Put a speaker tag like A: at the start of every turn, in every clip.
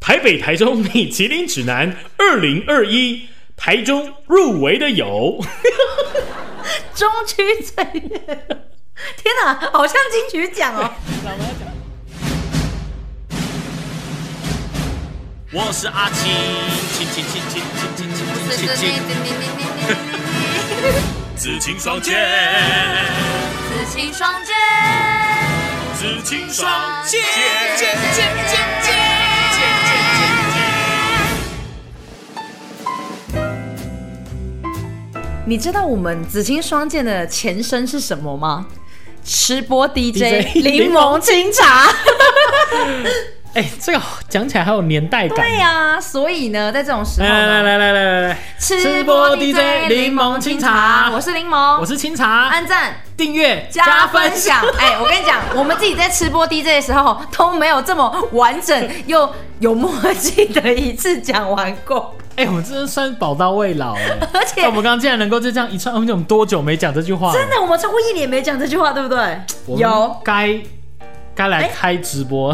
A: 台北、台中米其林指南二零二一，台中入围的有
B: 中区最虐，天哪，好像金曲奖哦！
C: 我是阿青，青青青青青青青青青，紫青双剑，
B: 紫青双剑，
C: 紫青双剑。
B: 剑剑剑剑 你知道我们紫青双剑的前身是什么吗？吃播 DJ 柠檬清茶。
A: 哎、这个讲起来好有年代感。
B: 对呀、所以呢，在这种时候
A: 来来来来
B: 呢，
A: 来来来来，
B: 吃播 DJ 柠
A: 柠
B: 檬
A: 檬
B: 清
A: 清
B: 茶，
A: 茶，
B: 我是柠檬，
A: 我是清茶，
B: 按赞。
A: 订阅
B: 加分享， 哎、我跟你讲，我们自己在吃播 DJ 的时候都没有这么完整又有默契的一次讲完 过，
A: 哎、我们真的算宝刀未老哎。
B: 而且
A: 那我们刚刚竟然能够就这样一串，我们我们多久没讲这句话了？
B: 真的我们超过一年没讲这句话，对不对？
A: 我们
B: 有，
A: 该该来开直播，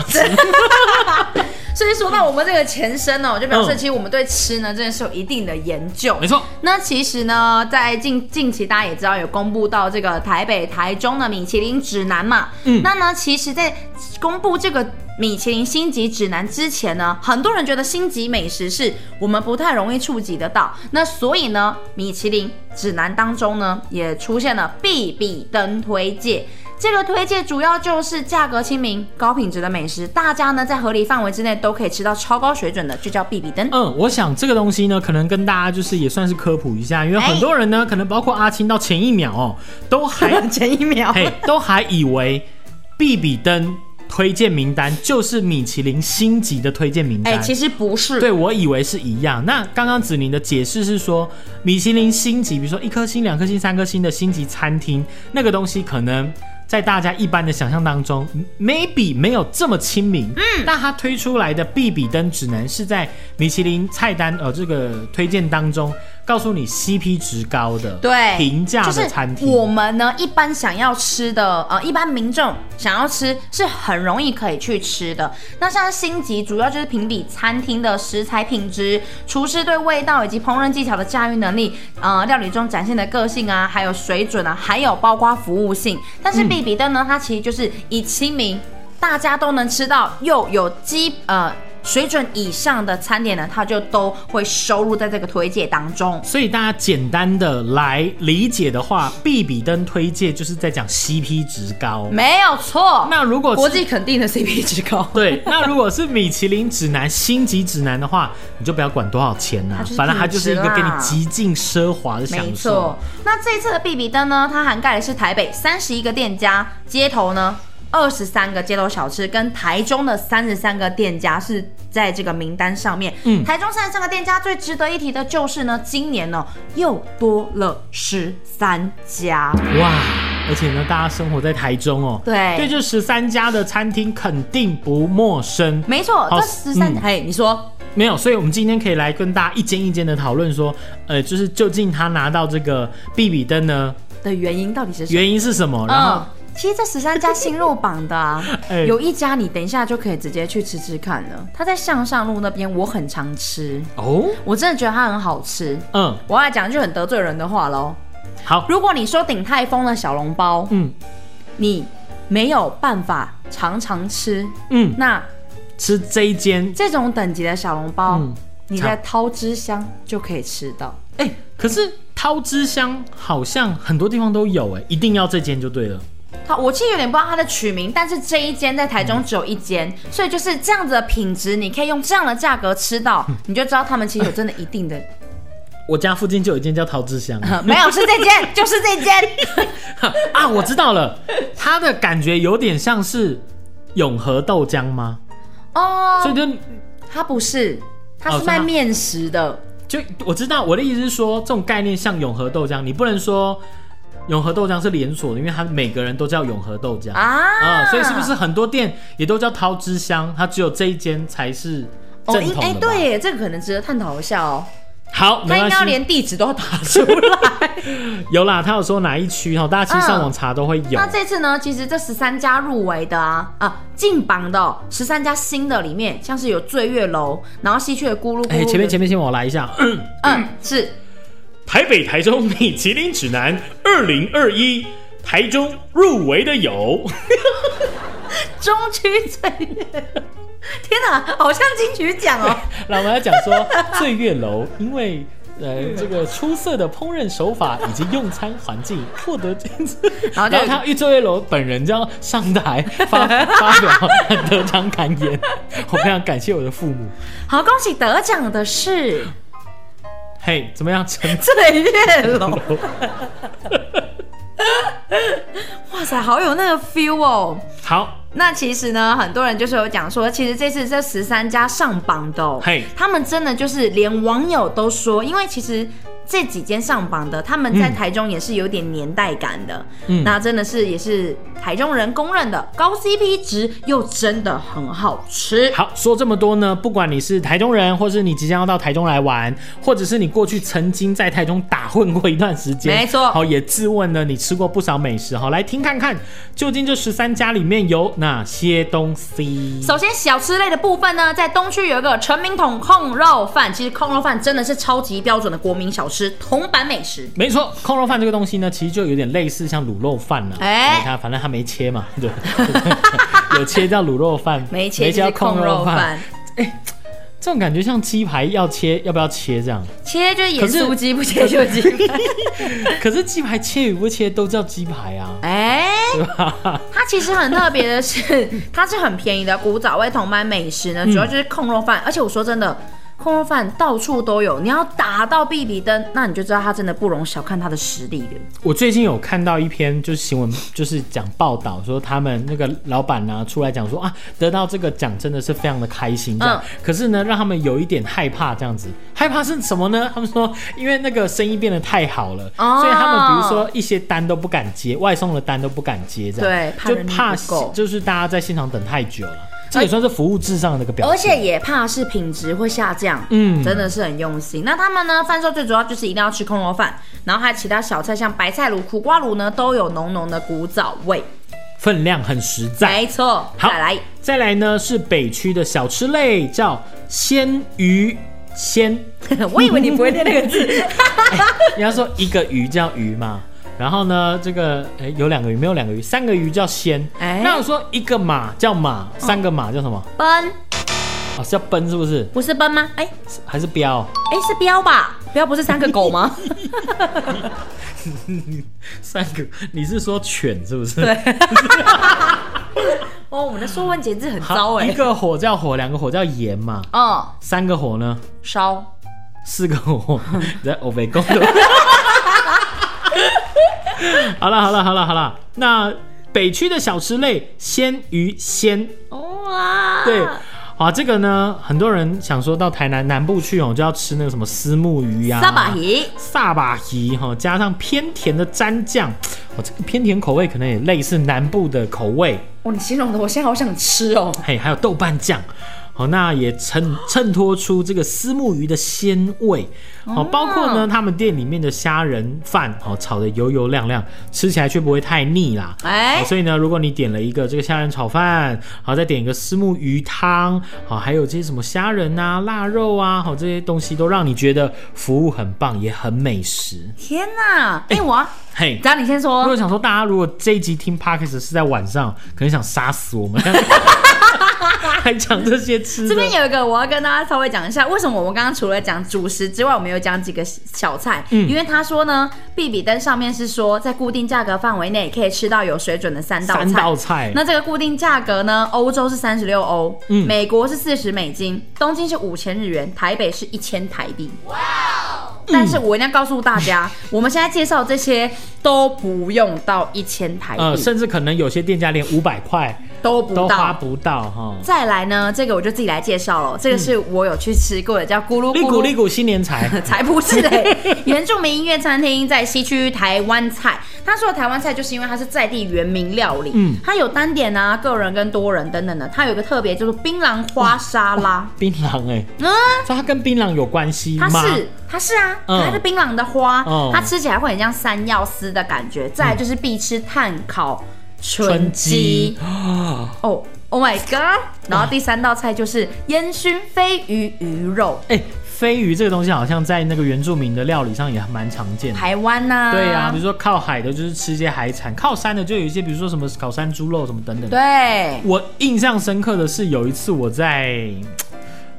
B: 所以说到我们这个前身哦呢、就表示
A: 嗯
B: 其实我们对吃呢真的是有一定的研究，
A: 没错。
B: 那其实呢，在近近期大家也知道有公布到这个台北、台中的米其林指南嘛。
A: 嗯
B: 那呢，其实，在公布这个米其林星级指南之前呢，很多人觉得星级美食是我们不太容易触及得到。那所以呢，米其林指南当中呢，也出现了必比登推荐。这个推荐主要就是价格亲民、高品质的美食，大家呢在合理范围之内都可以吃到超高水准的，就叫必比登。
A: 嗯，我想这个东西呢，可能跟大家就是也算是科普一下，因为
B: 哎
A: 很多人呢，可能包括阿青到前一秒哦，都还
B: 前一 秒
A: 嘿都还以为必比登推荐名单就是米其林星级的推荐名
B: 哎、
A: 单。
B: 其实不是，
A: 对，我以为是一样。那刚刚子宁的解释是说，米其林星级，比如说一颗星、两颗星、三颗星的星级餐厅，那个东西可能在大家一般的想象当中嗯，maybe 没有这么亲民。嗯，那他推出来的必比登指南是在米其林菜单呃这个推荐当中，告诉你 CP 值高的、
B: 对，
A: 平价
B: 就是
A: 的餐厅。
B: 我们呢，一般想要吃的，呃，一般民众想要吃是很容易可以去吃的。那像星级主要就是评比餐厅的食材品质、厨师对味道以及烹饪技巧的驾驭能力，呃，料理中展现的个性啊，还有水准啊，还有包括服务性。但
A: 嗯
B: 是必比登呢，它其实就是以亲民，大家都能吃到又有基呃。水准以上的餐点呢，它就都会收入在这个推介当中。
A: 所以大家简单的来理解的话，必比登推荐就是在讲 CP 值高。
B: 没有错。
A: 那如果是
B: 国际肯定的 CP 值高，
A: 对，那如果是米其林指南、星级指南的话，你就不要管多少钱呐、
B: 它就是
A: 反正它就是一个给
B: 品质
A: 你
B: 啦
A: 极尽奢华的享
B: 没
A: 受
B: 错。。那这一次的必比登呢，它涵盖的是台北三十一个店家，街头呢二十三个街头小吃，跟台中的三十三个店家是在这个名单上面。嗯，台中三十三个店家最值得一提的就是呢，今年呢又多了十三家。
A: 哇！而且呢，大家生活在台中哦，
B: 对
A: 对，这十三家的餐厅肯定不陌生。
B: 没错，
A: 好
B: 这十三、
A: 嗯
B: 嘿，你说
A: 没有，所以我们今天可以来跟大家一间一间的讨论说，呃，就是究竟他拿到这个必比登呢，
B: 的原因到底是什么？
A: 原因是什么？然后，
B: 嗯，其实这十三家新入榜的啊
A: 哎
B: 有一家你等一下就可以直接去吃吃看了。它在向上路那边，我很常吃，
A: 哦，
B: 我真的觉得它很好吃。
A: 嗯，
B: 我要来讲一句很得罪人的话喽。
A: 好，
B: 如果你说鼎泰丰的小笼包，
A: 嗯
B: 你没有办法常常吃，
A: 嗯，
B: 那
A: 吃这一间
B: 这种等级的小笼包，
A: 嗯
B: 你在掏汁香就可以吃到。
A: 哎、可是桃之乡好像很多地方都有、哎，一定要这间就对了。
B: 它我其实有点不知道它的取名，但是这一间在台中只有一间，所以就是这样子的品质，你可以用这样的价格 吃到，你就知道他们其实有真的一定的，
A: 我家附近就有一间叫桃之乡
B: 没有是这间，就是这间，
A: 啊，我知道了，它的感觉有点像是永和豆浆吗？所
B: 哦，
A: 以就
B: 它不是，它
A: 哦
B: 是卖
A: 是吗
B: 面食的，
A: 就我知道我的意思是说，这种概念像永和豆浆，你不能说永和豆浆是连锁的，因为它每个人都叫永和豆浆啊、
B: 啊、
A: 所以是不是？很多店也都叫桃之乡，它只有这一间才是
B: 哦，
A: 正
B: 因
A: 统的吧？
B: 哎，对耶，这个可能值得探讨一下哦。
A: 好，
B: 他
A: 没
B: 应
A: 关
B: 该要
A: 系。
B: 连地址都打出 来。
A: 有啦，他有说哪一区哈，大家其实上网查都会有。
B: 那这次呢，其实这十三家入围的啊啊进榜的十、三家新的里面，像是有醉月楼，然后西区的咕噜咕噜的，
A: 哎、前面前面先我来一下，
B: 嗯是
A: 台北、台中米其林指南二零二一，台中入围的有，
B: 中区醉月。天哪，好像金曲奖哦！
A: 那我们要讲说醉月楼，因为。呃，这个出色的烹饪手法以及用餐环境获得金质，
B: 然后就
A: 然后他一醉月楼本人这样上台 发发表得奖感言，我非常感谢我的父母。
B: 好，恭喜得奖的是
A: 嘿、怎么样？陈
B: 醉月楼。
A: 楼
B: 哇塞，好有那个 feel 哦！
A: 好，
B: 那其实呢，很多人就是有讲说，其实这次这十三家上榜的、哦
A: 嘿，
B: 他们真的就是连网友都说，因为其实这几间上榜的，他们在
A: 嗯
B: 台中也是有点年代感的，
A: 嗯
B: 那真的是也是台中人公认的高 CP 值，又真的很好吃。
A: 好，说这么多呢，不管你是台中人，或是你即将要到台中来玩，或者是你过去曾经在台中打混过一段时间，
B: 没错
A: 好，也自问呢，你吃过不少美食，好，来听看看，究竟这十三家里面有哪些东西？
B: 首先，小吃类的部分呢，在东区有一个陈明统控肉饭，其实控肉饭真的是超级标准的国民小吃，铜板美食。
A: 没错，空肉饭这个东西呢，其实就有点类似像卤肉饭了、
B: 哎
A: 你看，反正它没切嘛，对， 有切叫卤肉饭，
B: 没切就
A: 叫
B: 是控
A: 控
B: 肉
A: 肉
B: 饭，，
A: 这种感觉像鸡排要切，要不要切这样？
B: 切就是盐
A: 可是
B: 酥鸡，不切就鸡 排。
A: 可是鸡排切与不切都叫鸡排啊。
B: 哎、它其实很特别的是， 它是很便宜的古早味同班美食
A: 嗯
B: 呢，主要就是控肉饭，而且我说真的。控肉饭到处都有，你要打到必比登，那你就知道它真的不容小看它的实力了。
A: 我最近有看到一篇就是新闻，就是讲报道说他们那个老板呢、出来讲说啊，得到这个奖真的是非常的开心这样。
B: 嗯
A: 可是呢，让他们有一点害怕这样子，害怕是什么呢？他们说，因为那个生意变得太好了，
B: 哦
A: 所以他们比如说一些单都不敢接，外送的单都不敢接这样，
B: 对怕人
A: 就
B: 力
A: 怕
B: 不够
A: 就是大家在现场等太久了，这也算是服务至上的一个表现。
B: 而且也怕是品质会下降，
A: 嗯
B: 真的是很用心。那他们呢，贩售最主要就是一定要吃空肉饭，然后还有其他小菜，像白菜卤、苦瓜卤呢，都有浓浓的古早味。
A: 分量很实在。
B: 没错，
A: 好
B: 再来，
A: 再来呢是北区的小吃类，叫鲜鱼鲜。
B: 我以为你不会念那个 字，
A: 人家说一个鱼叫鱼嘛，然后呢，这个诶有两个鱼，没有两个鱼，三个鱼叫鲜。
B: 哎哦
A: 那我说一个马叫马，三个马叫什么？
B: 奔
A: 哦，是叫奔是不是？
B: 不是奔吗？哎、
A: 是还是彪？
B: 哎、是彪吧？彪不是三个狗吗？
A: 三个？你是说犬是不是？
B: 对 哦，我们的《说文解字》很糟
A: 好，
B: 哎、
A: 一个火叫火，两个火叫盐嘛，
B: 哦，
A: 三个火呢？
B: 烧
A: 四个 火你在欧北宫。 好了好了好了好了，那北区的小吃类鲜鱼鲜
B: 哇，
A: 对，啊，这个呢，很多人想说到台南南部去哦，就要吃那个什么丝木鱼呀、
B: 沙巴鱼
A: 萨巴鱼哈、加上偏甜的蘸酱，哦，这个偏甜口味可能也类似南部的口味，
B: 哦，你形容的我现在好想吃哦。
A: 嘿，还有豆瓣酱。哦，那也衬衬托出这个丝木鱼的鲜味，哦，包括呢他们店里面的虾仁饭，哦，炒的油油亮亮，吃起来却不会太腻啦。
B: 哎、
A: 好所以呢，如果你点了一个这个虾仁炒饭，好，再点一个丝木鱼汤，好，还有这些什么虾仁啊、腊肉啊，好，这些东西都让你觉得服务很棒，也很美食。
B: 天哪！哎、我要，
A: 嘿
B: 只，要你先
A: 如
B: 说
A: 果，想说大家如果这一集听 podcast 是在晚上，可能想杀死我们， 还讲这些吃
B: 这
A: 的。
B: 边有一个我要跟大家稍微讲一下，为什么我们刚刚除了讲主食之外，我们有讲几个小菜，因为他说呢，必比登上面是说在固定价格范围内可以吃到有水准的三道菜，
A: 三道菜，
B: 那这个固定价格呢？欧洲是三十六欧，
A: 嗯
B: 美国是四十美金，东京是五千日元，台北是一千台币。
A: 嗯
B: 但是我一定要告诉大 家，我们现在介绍这些都不用到一千台币，
A: 呃，甚至可能有些店家连五百块
B: 都不
A: 都花
B: 到。
A: 不到哈。
B: 再来呢，这个我就自己来介绍了，这个是我有去吃过的，叫咕噜
A: 利
B: 咕
A: 股利
B: 噜。
A: 股新年财，
B: 才不是嘞！原住民音乐餐厅在西区台湾菜，他说的台湾菜就是因为它是在地原名料理，
A: 嗯
B: 它有单点啊、个人跟多人等等的，它有一个特别叫做槟榔花沙拉，
A: 槟榔哎、
B: 嗯，
A: 所以它跟槟榔有关系
B: 它
A: 吗？
B: 是它是啊，
A: 嗯
B: 它是槟榔的花，
A: 嗯
B: 它吃起来会很像山药丝的感觉。再来就是必吃炭烤
A: 春
B: 纯
A: 鸡
B: 鸡，
A: 啊！
B: 哦，Oh my god！然后第三道菜就是烟熏飞鱼鱼肉，
A: 哎、飞鱼这个东西好像在那个原住民的料理上也蛮常见的。
B: 台湾呐、
A: 对啊呀、比如说靠海的就是吃一些海产，靠山的就有一些，比如说什么烤山猪肉什么等等。
B: 对，
A: 我印象深刻的是有一次我在。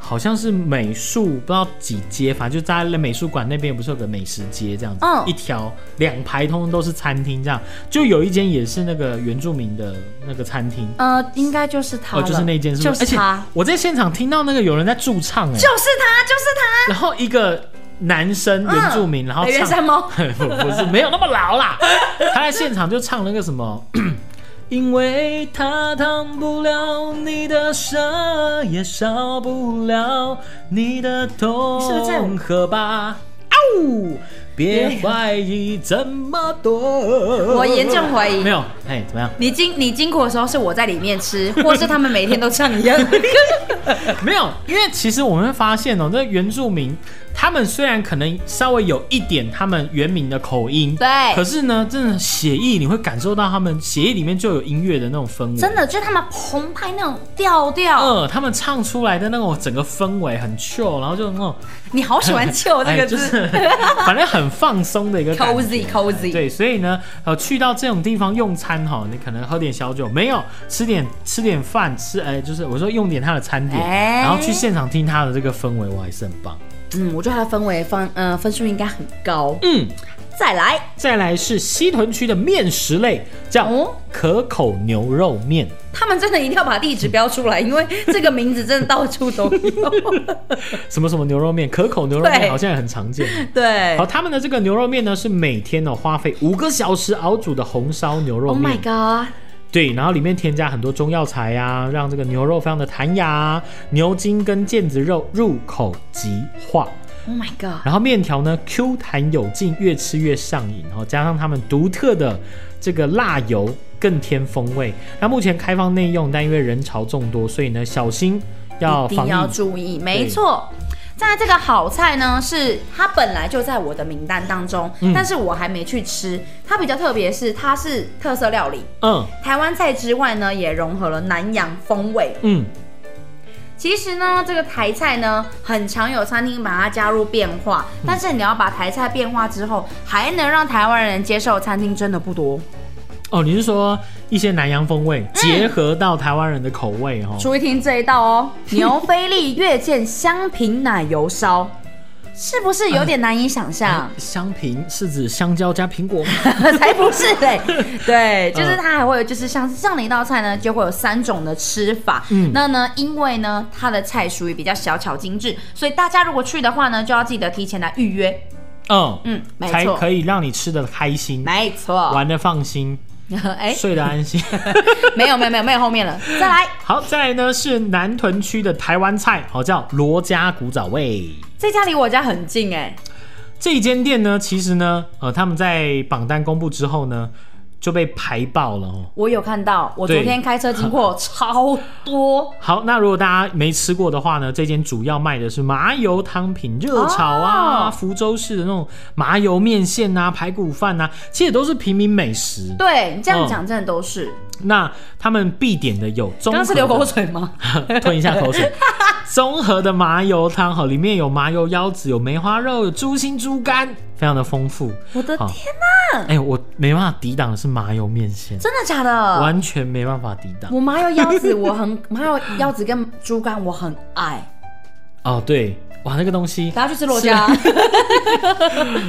A: 好像是美术不知道几街，反正就在美术馆那边不是有个美食街这样子，
B: 嗯
A: 一条两排通通都是餐厅这样，就有一间也是那个原住民的那个餐厅，
B: 呃，应该就是它
A: 哦，
B: 了，
A: 就是那间是
B: 就
A: 不
B: 是它
A: 而且，我在现场听到那个有人在驻唱、哎，
B: 就是它，就是
A: 然后一个男生
B: 嗯
A: 原住民，然
B: 它，
A: 后
B: 北原山
A: 唱，。
B: 猫
A: 不不是没有那么老啦，他在现场就唱那个什么。因为他烫不了你的舌，也烧不了你的
B: 是不是在哦我
A: 痛，喝吧，啊呜！别怀疑这么多。
B: 我严重怀疑
A: 没，有，哎，怎么样？
B: 你经你经过的时候是我在里 面吃，或是他们每天都唱一样。
A: 没有，因为其实我们会发现哦、这原住民他们虽然可能稍微有一点他们原民的口音，
B: 对
A: 可是呢，真的写意你会感受到他们写意里面就有音乐的那种氛围，
B: 真。的就是他们澎湃那种调调，
A: 嗯，他们唱出来的那种整个氛围很 chill，然后就那种
B: 你好喜欢“秋” 这
A: 哎
B: 个
A: 就
B: 字。
A: 是反正很放松的一个感觉
B: Cozy, cozy
A: 对，所以呢，呃，去到这种地方用餐哈，你可能喝点小酒，没有吃点吃点饭，吃哎、就是我说用点他的餐点，
B: 哎
A: 然后去现场听他的这个氛围，我还是很棒。
B: 嗯，我觉得它的氛围分呃分数应该很高。
A: 嗯，
B: 再来，
A: 再来是西屯区的面食类，叫
B: 哦
A: 可口牛肉 面。
B: 他们真的一定要把地址标出来，因为这个名字真的到处都有。
A: 什么什么牛肉面，可口牛肉面
B: 对
A: 好像也很常见。
B: 对
A: 好，他们的这个牛肉面呢，是每天呢、花费五个小时熬煮的红烧牛肉
B: ，Oh
A: 面。
B: my god！
A: 对，然后里面添加很多中药材啊，让这个牛肉非常的弹牙、牛筋跟腱子肉入口即化。
B: Oh my god！
A: 然后面条呢 Q 弹有劲，越吃越上瘾，然后加上他们独特的这个辣油，更添风味。那目前开放内用，但因为人潮众多，所以呢小心要
B: 一定
A: 防
B: 要
A: 疫。
B: 注意，没错。在这个好菜呢，是它本来就在我的名单当中，
A: 嗯
B: 但是我还没去吃。它比较特别是，它是特色料理，
A: 嗯
B: 台湾菜之外呢，也融合了南洋风味。
A: 嗯，
B: 其实呢，这个台菜呢，很常有餐厅把它加入变化，
A: 嗯
B: 但是你要把台菜变化之后，还能让台湾人接受，餐厅真的不多。
A: 哦，你是说一些南洋风
B: 嗯
A: 味、结合到台湾人的口味哦？
B: 注意听这一 道哦，牛菲力月见香平奶油烧，是不是有点难以想象？
A: 哎香苹是指香蕉加苹 果吗？
B: 才不是 嘞、
A: 嗯
B: 对，就是它还会有就是像这样的一道菜呢，就会有三种的吃法。
A: 嗯
B: 那呢，因为呢它的菜属于比较小巧精致，所以大家如果去的话呢，就要记得提前来预约。
A: 嗯
B: 嗯，没
A: 才
B: 错
A: 可，以让你吃的开心，
B: 没错。
A: 玩的放心，
B: 哎、
A: 睡得安心。
B: 没有没有没有没有后 面了，再来
A: 好，再来呢是南屯区的台湾菜，好叫罗家古早味。
B: 这家离我家很近哎、
A: 这一间店呢，其实呢，呃，他们在榜单公布之后呢，就被排爆了哦。
B: 我有看到，我昨
A: 对
B: 天开车经过超多，
A: 好，那如果大家没吃过的话呢，这间主要卖的是麻油汤品、热炒啊、
B: 哦
A: 福州市的那种麻油面线啊、排骨饭啊，其实都是平民美食。
B: 对，你这样
A: 嗯
B: 讲真的都是，
A: 那他们必点的有中，
B: 刚刚是流口水吗？
A: 吞一下口 水。综合的麻油汤哈，里面有麻油腰子，有梅花肉，有猪心、猪肝，非常的丰富。
B: 我的
A: 好
B: 天，
A: 哎、我没办法抵挡的是麻油面线，
B: 嗯真的假的？
A: 完全没办法抵挡。
B: 我麻油腰子，我很 麻油腰子跟猪肝我很爱，
A: 哦，对，哇，那个东西
B: 大家去吃罗家，
A: 啊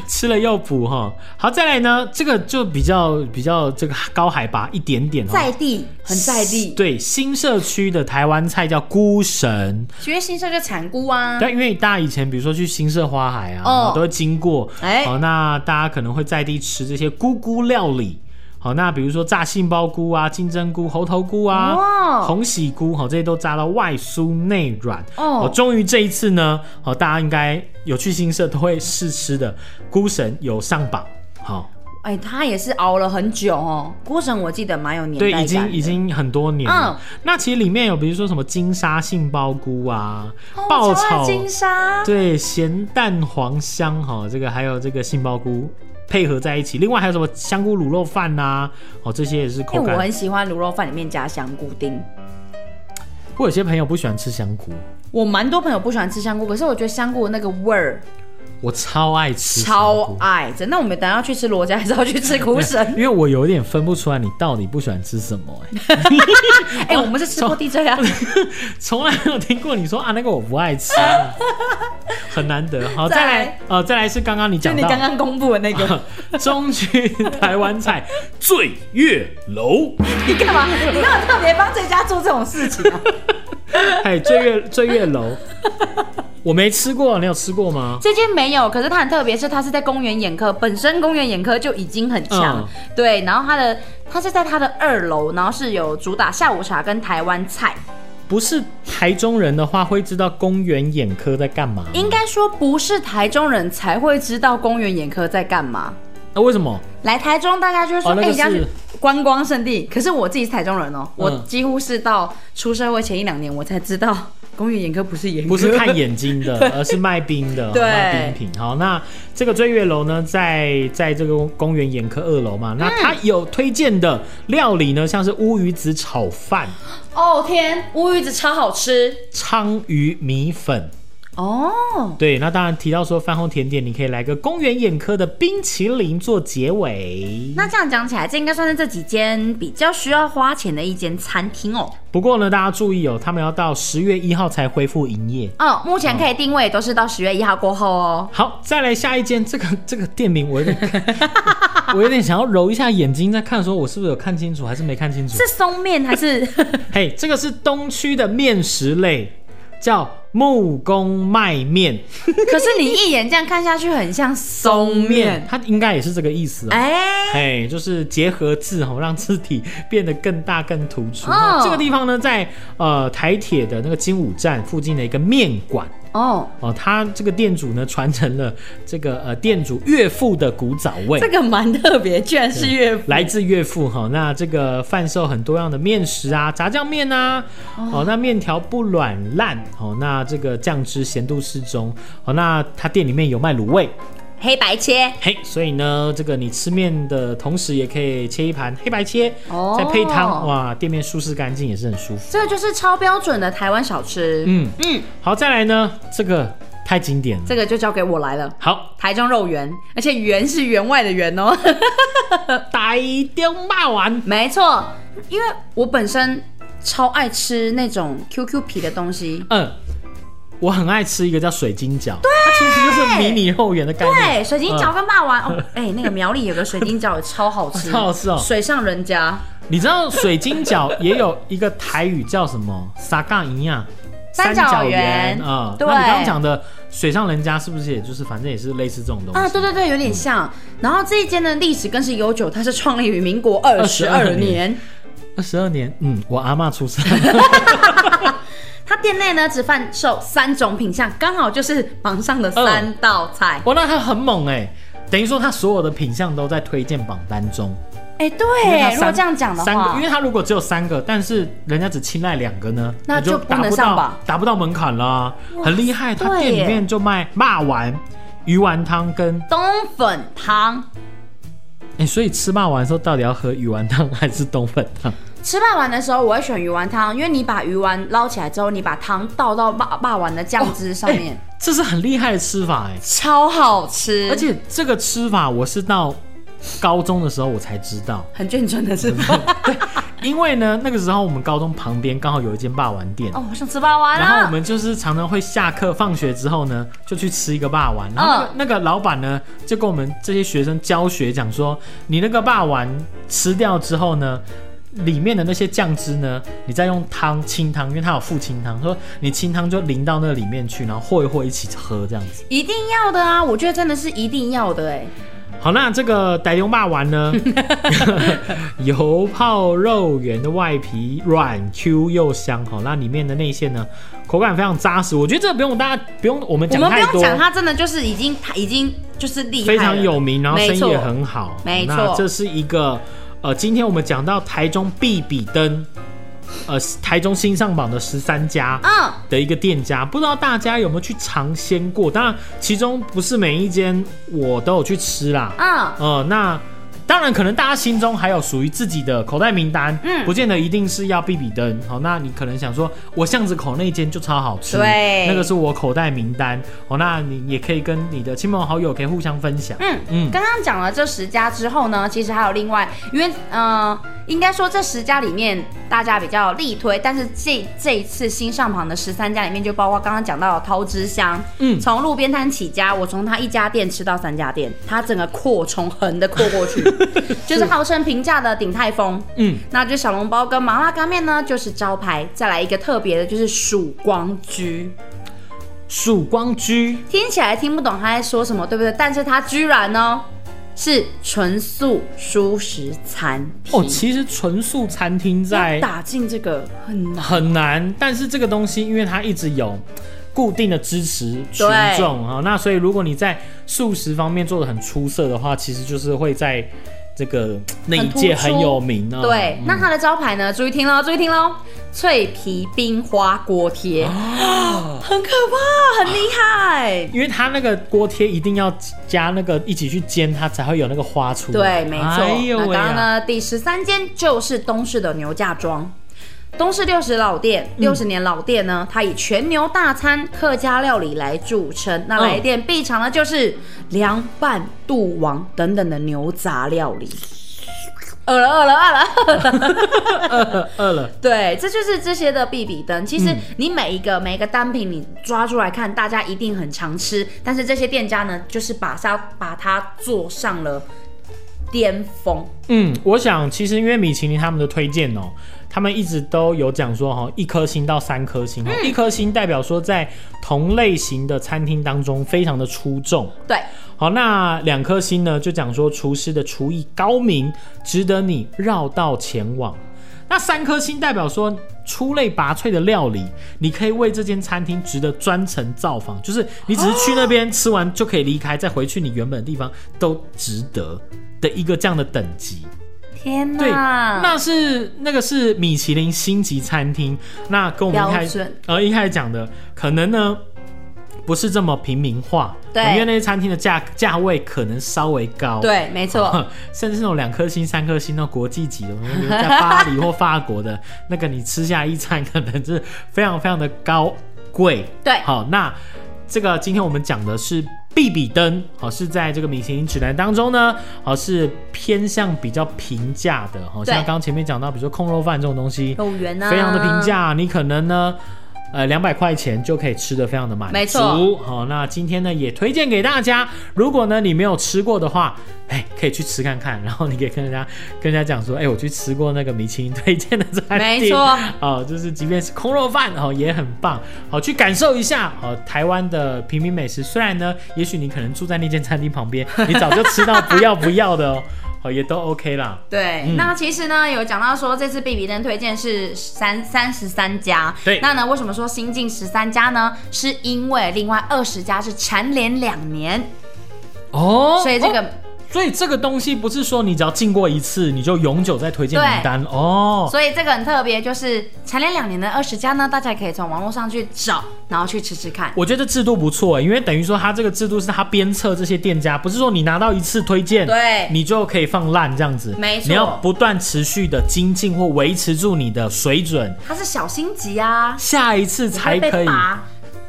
A: 吃了又补哈。好，再来呢，这个就比较比较这个高海拔一点点哦。
B: 在地很在地。
A: 对新社区的台湾菜叫菇神，
B: 学新社就产菇啊，
A: 但因为大家以前比如说去新社花海啊，
B: 哦
A: 都会经过，
B: 哎
A: 好、那大家可能会在地吃这些菇菇料理。好，那比如说炸杏鲍菇啊、金针菇、猴头菇啊、
B: 哇
A: 红喜菇，哦好，这些都炸到外酥内软。
B: 哦
A: 哦，终于这一次呢，哦好，大家应该有去新社都会试吃的，菇神有上榜。好，哦
B: 哎，他也是熬了很久哦。锅神我记得蛮有年代
A: 对，
B: 感
A: 已
B: 的嗯
A: 经已经很多年了。那其实里面有比如说什么金沙杏鲍菇啊、
B: 哦
A: 爆
B: 我超爱
A: 炒
B: 金沙，
A: 对，咸蛋黄香哈，这个还有这个杏鲍菇配合在一起，另外还有什么香菇卤肉饭呐、哦，这些也是
B: 因为
A: 口
B: 我
A: 感。
B: 很喜欢卤肉饭里面加香菇丁。
A: 我有些朋友不喜欢吃香菇，
B: 我蛮多朋友不喜欢吃香菇，可是我觉得香菇的那个味儿
A: 我超爱吃香
B: 超
A: 菇，
B: 爱，真的。我们等一下要去吃罗家，还是要去吃苦神？
A: 因为我有点分不出来你到底不喜欢吃什么、哎，
B: 哎、我们是吃过 DJ 啊，
A: 从来没有听过你说啊那个我不爱吃啊、很难得。好，再
B: 再来
A: 来，呃，再来是刚刚你
B: 就
A: 讲
B: 你
A: 到
B: 刚刚公布的那 个。
A: 中区台湾菜醉月楼。
B: 你干嘛？你干嘛特别帮这家做这种事情啊？
A: 哎，醉月醉月楼，我没吃过，你有吃过吗？
B: 这间没有，可是它很特别，是它是在公园眼科，本身公园眼科就已经很强，
A: 嗯
B: 对。然后它的它是在它的二楼，然后是有主打下午茶跟台湾菜，
A: 不是台中人的话，会知道公园眼科在干嘛吗？
B: 应该说不是台中人才会知道公园眼科在干嘛。
A: 啊为什么？
B: 来台中，大家就会说，
A: 哦
B: 哎、
A: 那个
B: 人家
A: 是
B: 是观光圣地。可是我自己是台中人哦、我
A: 嗯
B: 几乎是到出社会前一两年，我才知道公园眼科不是眼科，
A: 不是看眼睛的，而是卖冰的，
B: 对
A: 卖冰品。好，那这个醉月楼呢，在在这个公园眼科二楼嘛，那它有推荐的料理呢，像是乌鱼子炒饭、
B: 哦天，乌鱼子超好吃
A: 鲳鱼米粉。
B: 哦。
A: 对，那当然提到说饭后甜点，你可以来个公园眼科的冰淇淋做结尾。
B: 那这样讲起来，这应该算是这几间比较需要花钱的一间餐厅哦。
A: 不过呢，大家注意哦，他们要到十月一号才恢复营业。
B: 哦，目前可以定位都是到十月一号过后哦。
A: 好，再来下一间，这个 这个店名我有点， 我有点想要揉一下眼睛，在看的时候我是不是有看清楚，还是没看清楚？
B: 是松面还 是？
A: 嘿这个是东区的面食类，叫木工麦面
B: 可是你一眼这样看下去，很像松面。
A: 它应该也是这个意思哦。
B: 哎、
A: 嘿，就是结合字吼，让字体变得更大更突出。
B: 哦
A: 这个地方呢，在呃台铁的那个金武站附近的一个面馆。
B: 哦，
A: 哦，他这个店主呢，传承了这个呃店主岳父的古早味，
B: 这个蛮特别，居然是岳父。
A: 来自岳父哈、那这个贩售很多样的面食啊，炸酱面啊，哦，那面条不软烂，哦，那这个酱汁咸度适中，哦，那他店里面有卖卤味，
B: 黑白切，
A: 嘿，所以呢，这个你吃面的同时也可以切一盘黑白切，
B: 哦
A: 再配汤，哇，店面舒适干净也是很舒服。
B: 这个就是超标准的台湾小吃。
A: 嗯
B: 嗯，
A: 好，再来呢，这个太经典了，
B: 这个就交给我来了。
A: 好，
B: 台中肉圆，而且圆是员外的圆 哦。
A: 台中霸丸。
B: 没错，因为我本身超爱吃那种 QQ 皮的东西。
A: 嗯，我很爱吃一个叫水晶饺，它其实就是迷你肉圆的概念。
B: 对，水晶饺跟霸王、哦，哎、那个苗栗有个水晶饺也超好吃，
A: 超嗯 好吃哦
B: 水上人家
A: 你知道水晶饺也有一个台语叫什么 “撒嘎一样”。
B: 三角圆
A: 啊，嗯
B: 对
A: 那你刚刚讲的水上人家是不是也就是反正也是类似这种东西
B: 啊，对对对，有点像。然后这一间的历史更是悠久，它是创立于民国二十二
A: 22
B: 年
A: 年。二十二年，嗯，我阿嬷出生，
B: 它店内呢只贩售三种品相，刚好就是榜上的三道菜。
A: 哇，那他很猛哎、等于说他所有的品相都在推荐榜单中。
B: 哎、
A: 因为它三
B: 对，如果这样讲的
A: 三个
B: 话，
A: 因为他如果只有三个，但是人家只青睐两个呢，
B: 那
A: 你就
B: 就不能
A: 达不
B: 上
A: 到
B: 榜
A: 达不到门槛啦，很厉害。他
B: 对
A: 店里
B: 耶
A: 面就卖骂丸、鱼丸汤跟
B: 冬粉汤
A: 哎、所以吃骂丸的时候到底要喝鱼丸汤还是冬粉 汤？
B: 吃霸丸的时候，我会选鱼丸汤，因为你把鱼丸捞起来之后，你把汤倒到霸霸丸的酱汁上面，
A: 哎这是很厉害的吃法哎、
B: 超好吃，
A: 而且这个吃法我是到高中的时候我才知道，
B: 很眷村的是吧？
A: 因为呢那个时候我们高中旁边刚好有一间霸丸店。
B: 哦，我想吃霸丸
A: 然后我
B: 啊！
A: 们就是常常会下课、放学之后呢，就去吃一个霸丸。然后那个、
B: 嗯
A: 那个老板呢，就跟我们这些学生教学讲说，你那个霸丸吃掉之后呢，里面的那些酱汁呢，你再用汤清汤，因为它有附清汤，说你清汤就淋到那里面去，然后和一和一起喝这样子。
B: 一定要的啊！我觉得真的是一定要的哎、
A: 好，那这个傣熊霸丸 呢，油泡肉圆的外皮软 Q 又香，好，那里面的内馅呢，口感非常扎实。我觉得这个不用大家不用我们
B: 我
A: 讲
B: 们不
A: 太
B: 用
A: 多，
B: 讲，它真的就是已经它已经就是厉害
A: 非常
B: 了
A: 有名，然后生
B: 没
A: 意
B: 错
A: 也很好。
B: 没错
A: 那这是一个呃，今天我们讲到台中必比登，呃，台中新上榜的十三家。
B: 嗯，
A: 的一个店家，不知道大家有没有去尝鲜过？当然，其中不是每一间我都有去吃啦。
B: 嗯，
A: 呃，那当然，可能大家心中还有属于自己的口袋名单，
B: 嗯
A: 不见得一定是要必比登。好，那你可能想说，我巷子口那间就超好吃，
B: 对
A: 那个是我口袋名单。好，那你也可以跟你的亲朋好友可以互相分享。
B: 嗯
A: 嗯
B: 刚刚讲了这十家之后呢，其实还有另外，因为呃，应该说这十家里面大家比较力推，但是这这一次新上榜的十三家里面，就包括刚刚讲到的桃之香，
A: 嗯
B: 从路边摊起家，我从他一家店吃到三家店，他整个扩充横的扩 过去，就是号称平价的鼎泰丰，
A: 嗯，
B: 那就小笼包跟麻辣干面呢就是招牌，再来一个特别的就是曙光居，
A: 曙光居
B: 听起来听不懂他在说什么，对不对？但是他居然呢是纯素蔬食餐厅
A: 哦，其实纯素餐厅
B: 要
A: 在
B: 打进这个很难。
A: 很难，但是这个东西因为它一直有固定的支持群
B: 对
A: 众啊，那所以如果你在素食方面做的很出色的话，其实就是会在这个那一届
B: 很突出
A: 很有名啊。
B: 对，那它的招牌呢？注意听喽，注意听喽！脆皮冰花锅贴，
A: 啊
B: 很可怕，很厉害。
A: 因为它那个锅贴一定要加那个一起去煎，它才会有那个花出来。
B: 对，没错。
A: 哎呦
B: 那
A: 喂、
B: 刚刚
A: 啊！
B: 呢，第十三间就是东市的牛架庄。东市六十老店，
A: 嗯
B: 六十年老店呢，它以全牛大餐、客家料理来著称。那来店必尝的就是凉拌、肚王等等的牛杂料理。饿了，饿了， 饿了。
A: 饿了，
B: 对，这就是这些的必比登。其
A: 嗯
B: 实你每一个、每一个单品你抓出来看，大家一定很常吃，但是这些店家呢，就是把它把它做上了巅峰。
A: 嗯，我想其实因为米其林他们的推荐哦，他们一直都有讲说哈、哦，一颗星到三颗星、哦，一颗星代表说在同类型的餐厅当中非常的出众。
B: 对，
A: 好，那两颗星呢，就讲说厨师的厨艺高明，值得你绕道前往。那三颗星代表说出类拔萃的料理，你可以为这间餐厅值得专程造访，就是你只是去那边吃完就可以离开，再回去你原本的地方都值得的一个这样的等级。
B: 天
A: 对，
B: 哪！
A: 那是那个是米其林星级餐厅，那跟我们一开
B: 标准
A: 呃一开始讲的，可能呢不是这么平民化，
B: 对
A: 因为那些餐厅的价价位可能稍微高，。
B: 对，没错，
A: 甚至那种两颗星、三颗星那种国际级的，我们在巴黎或法国的那个，你吃下一餐可能是非常非常的高贵。
B: 对
A: 好，那这个今天我们讲的是必比登，好是在这个米其林指南当中呢，好是偏向比较平价的，好
B: 对
A: 像刚刚前面讲到，比如说空肉饭这种东西，
B: 有缘啊，
A: 非常的平。价，你可能呢。呃，两百块钱就可以吃的非常的满足。
B: 没错
A: 好，那今天呢也推荐给大家，如果呢你没有吃过的话，哎，可以去吃看看，然后你可以跟人家跟人家讲说，哎，我去吃过那个米其林推荐的餐厅，
B: 没错
A: 哦，就是即便是空肉饭哦也很棒，好去感受一下哦台湾的平民美食。虽然呢，也许你可能住在那间餐厅旁边，你早就吃到不要不要的哦，哦也都 OK 啦。
B: 对，
A: 嗯
B: 那其实呢，有讲到说这次必比登推荐是三三十三家，
A: 对
B: 那呢，为什么说新进十三家呢？是因为另外二十家是蝉联两年，
A: 哦，
B: 所以这个、
A: 哦所以这个东西不是说你只要进过一次，你就永久在推荐名单哦。
B: 所以这个很特别，就是蝉联两年的二十家呢，大家也可以从网络上去找，然后去吃吃看。
A: 我觉得这制度不错，因为等于说它这个制度是它鞭策这些店家，不是说你拿到一次推荐，
B: 对
A: 你就可以放烂这样子。
B: 没错
A: 你要不断持续的精进或维持住你的水准，
B: 它是小星级啊，
A: 下一次才
B: 不会
A: 可
B: 被
A: 以。
B: 拔。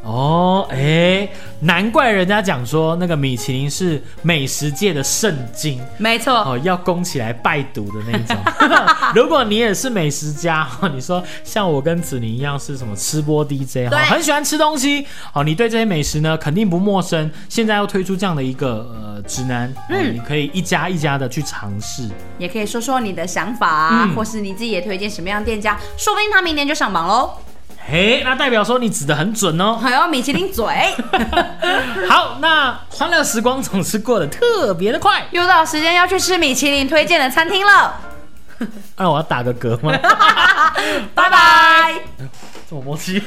A: 哦，哎、难怪人家讲说那个米其林是美食界的圣经。
B: 没错，
A: 哦，要供起来拜读的那一种。 如果你也是美食家，哦你说像我跟子宁一样是什么吃播 DJ 哈、
B: 对
A: 很喜欢吃东西，哦，你对这些美食呢肯定不陌生。现在又推出这样的一个呃指南，嗯、你可以一家一家的去尝试。
B: 也可以说说你的想法、啊，
A: 嗯
B: 或是你自己也推荐什么样的店家，说不定他明年就上榜喽。
A: 嘿，那代表说你指的很准哦。
B: 还有米其林嘴，
A: 好，那欢乐时光总是过得特别的快。
B: 又到时间要去吃米其林推荐的餐厅了，
A: 那、哎我要打个嗝吗？
B: 拜拜。
A: 什么东西？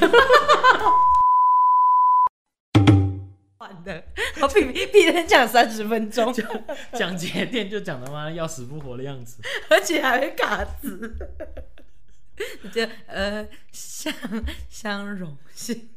B: 缓的，我比比人讲三十分 钟，
A: 讲节电就讲的妈要死不活的样子。
B: 而且还会卡词。你就呃，相相容性，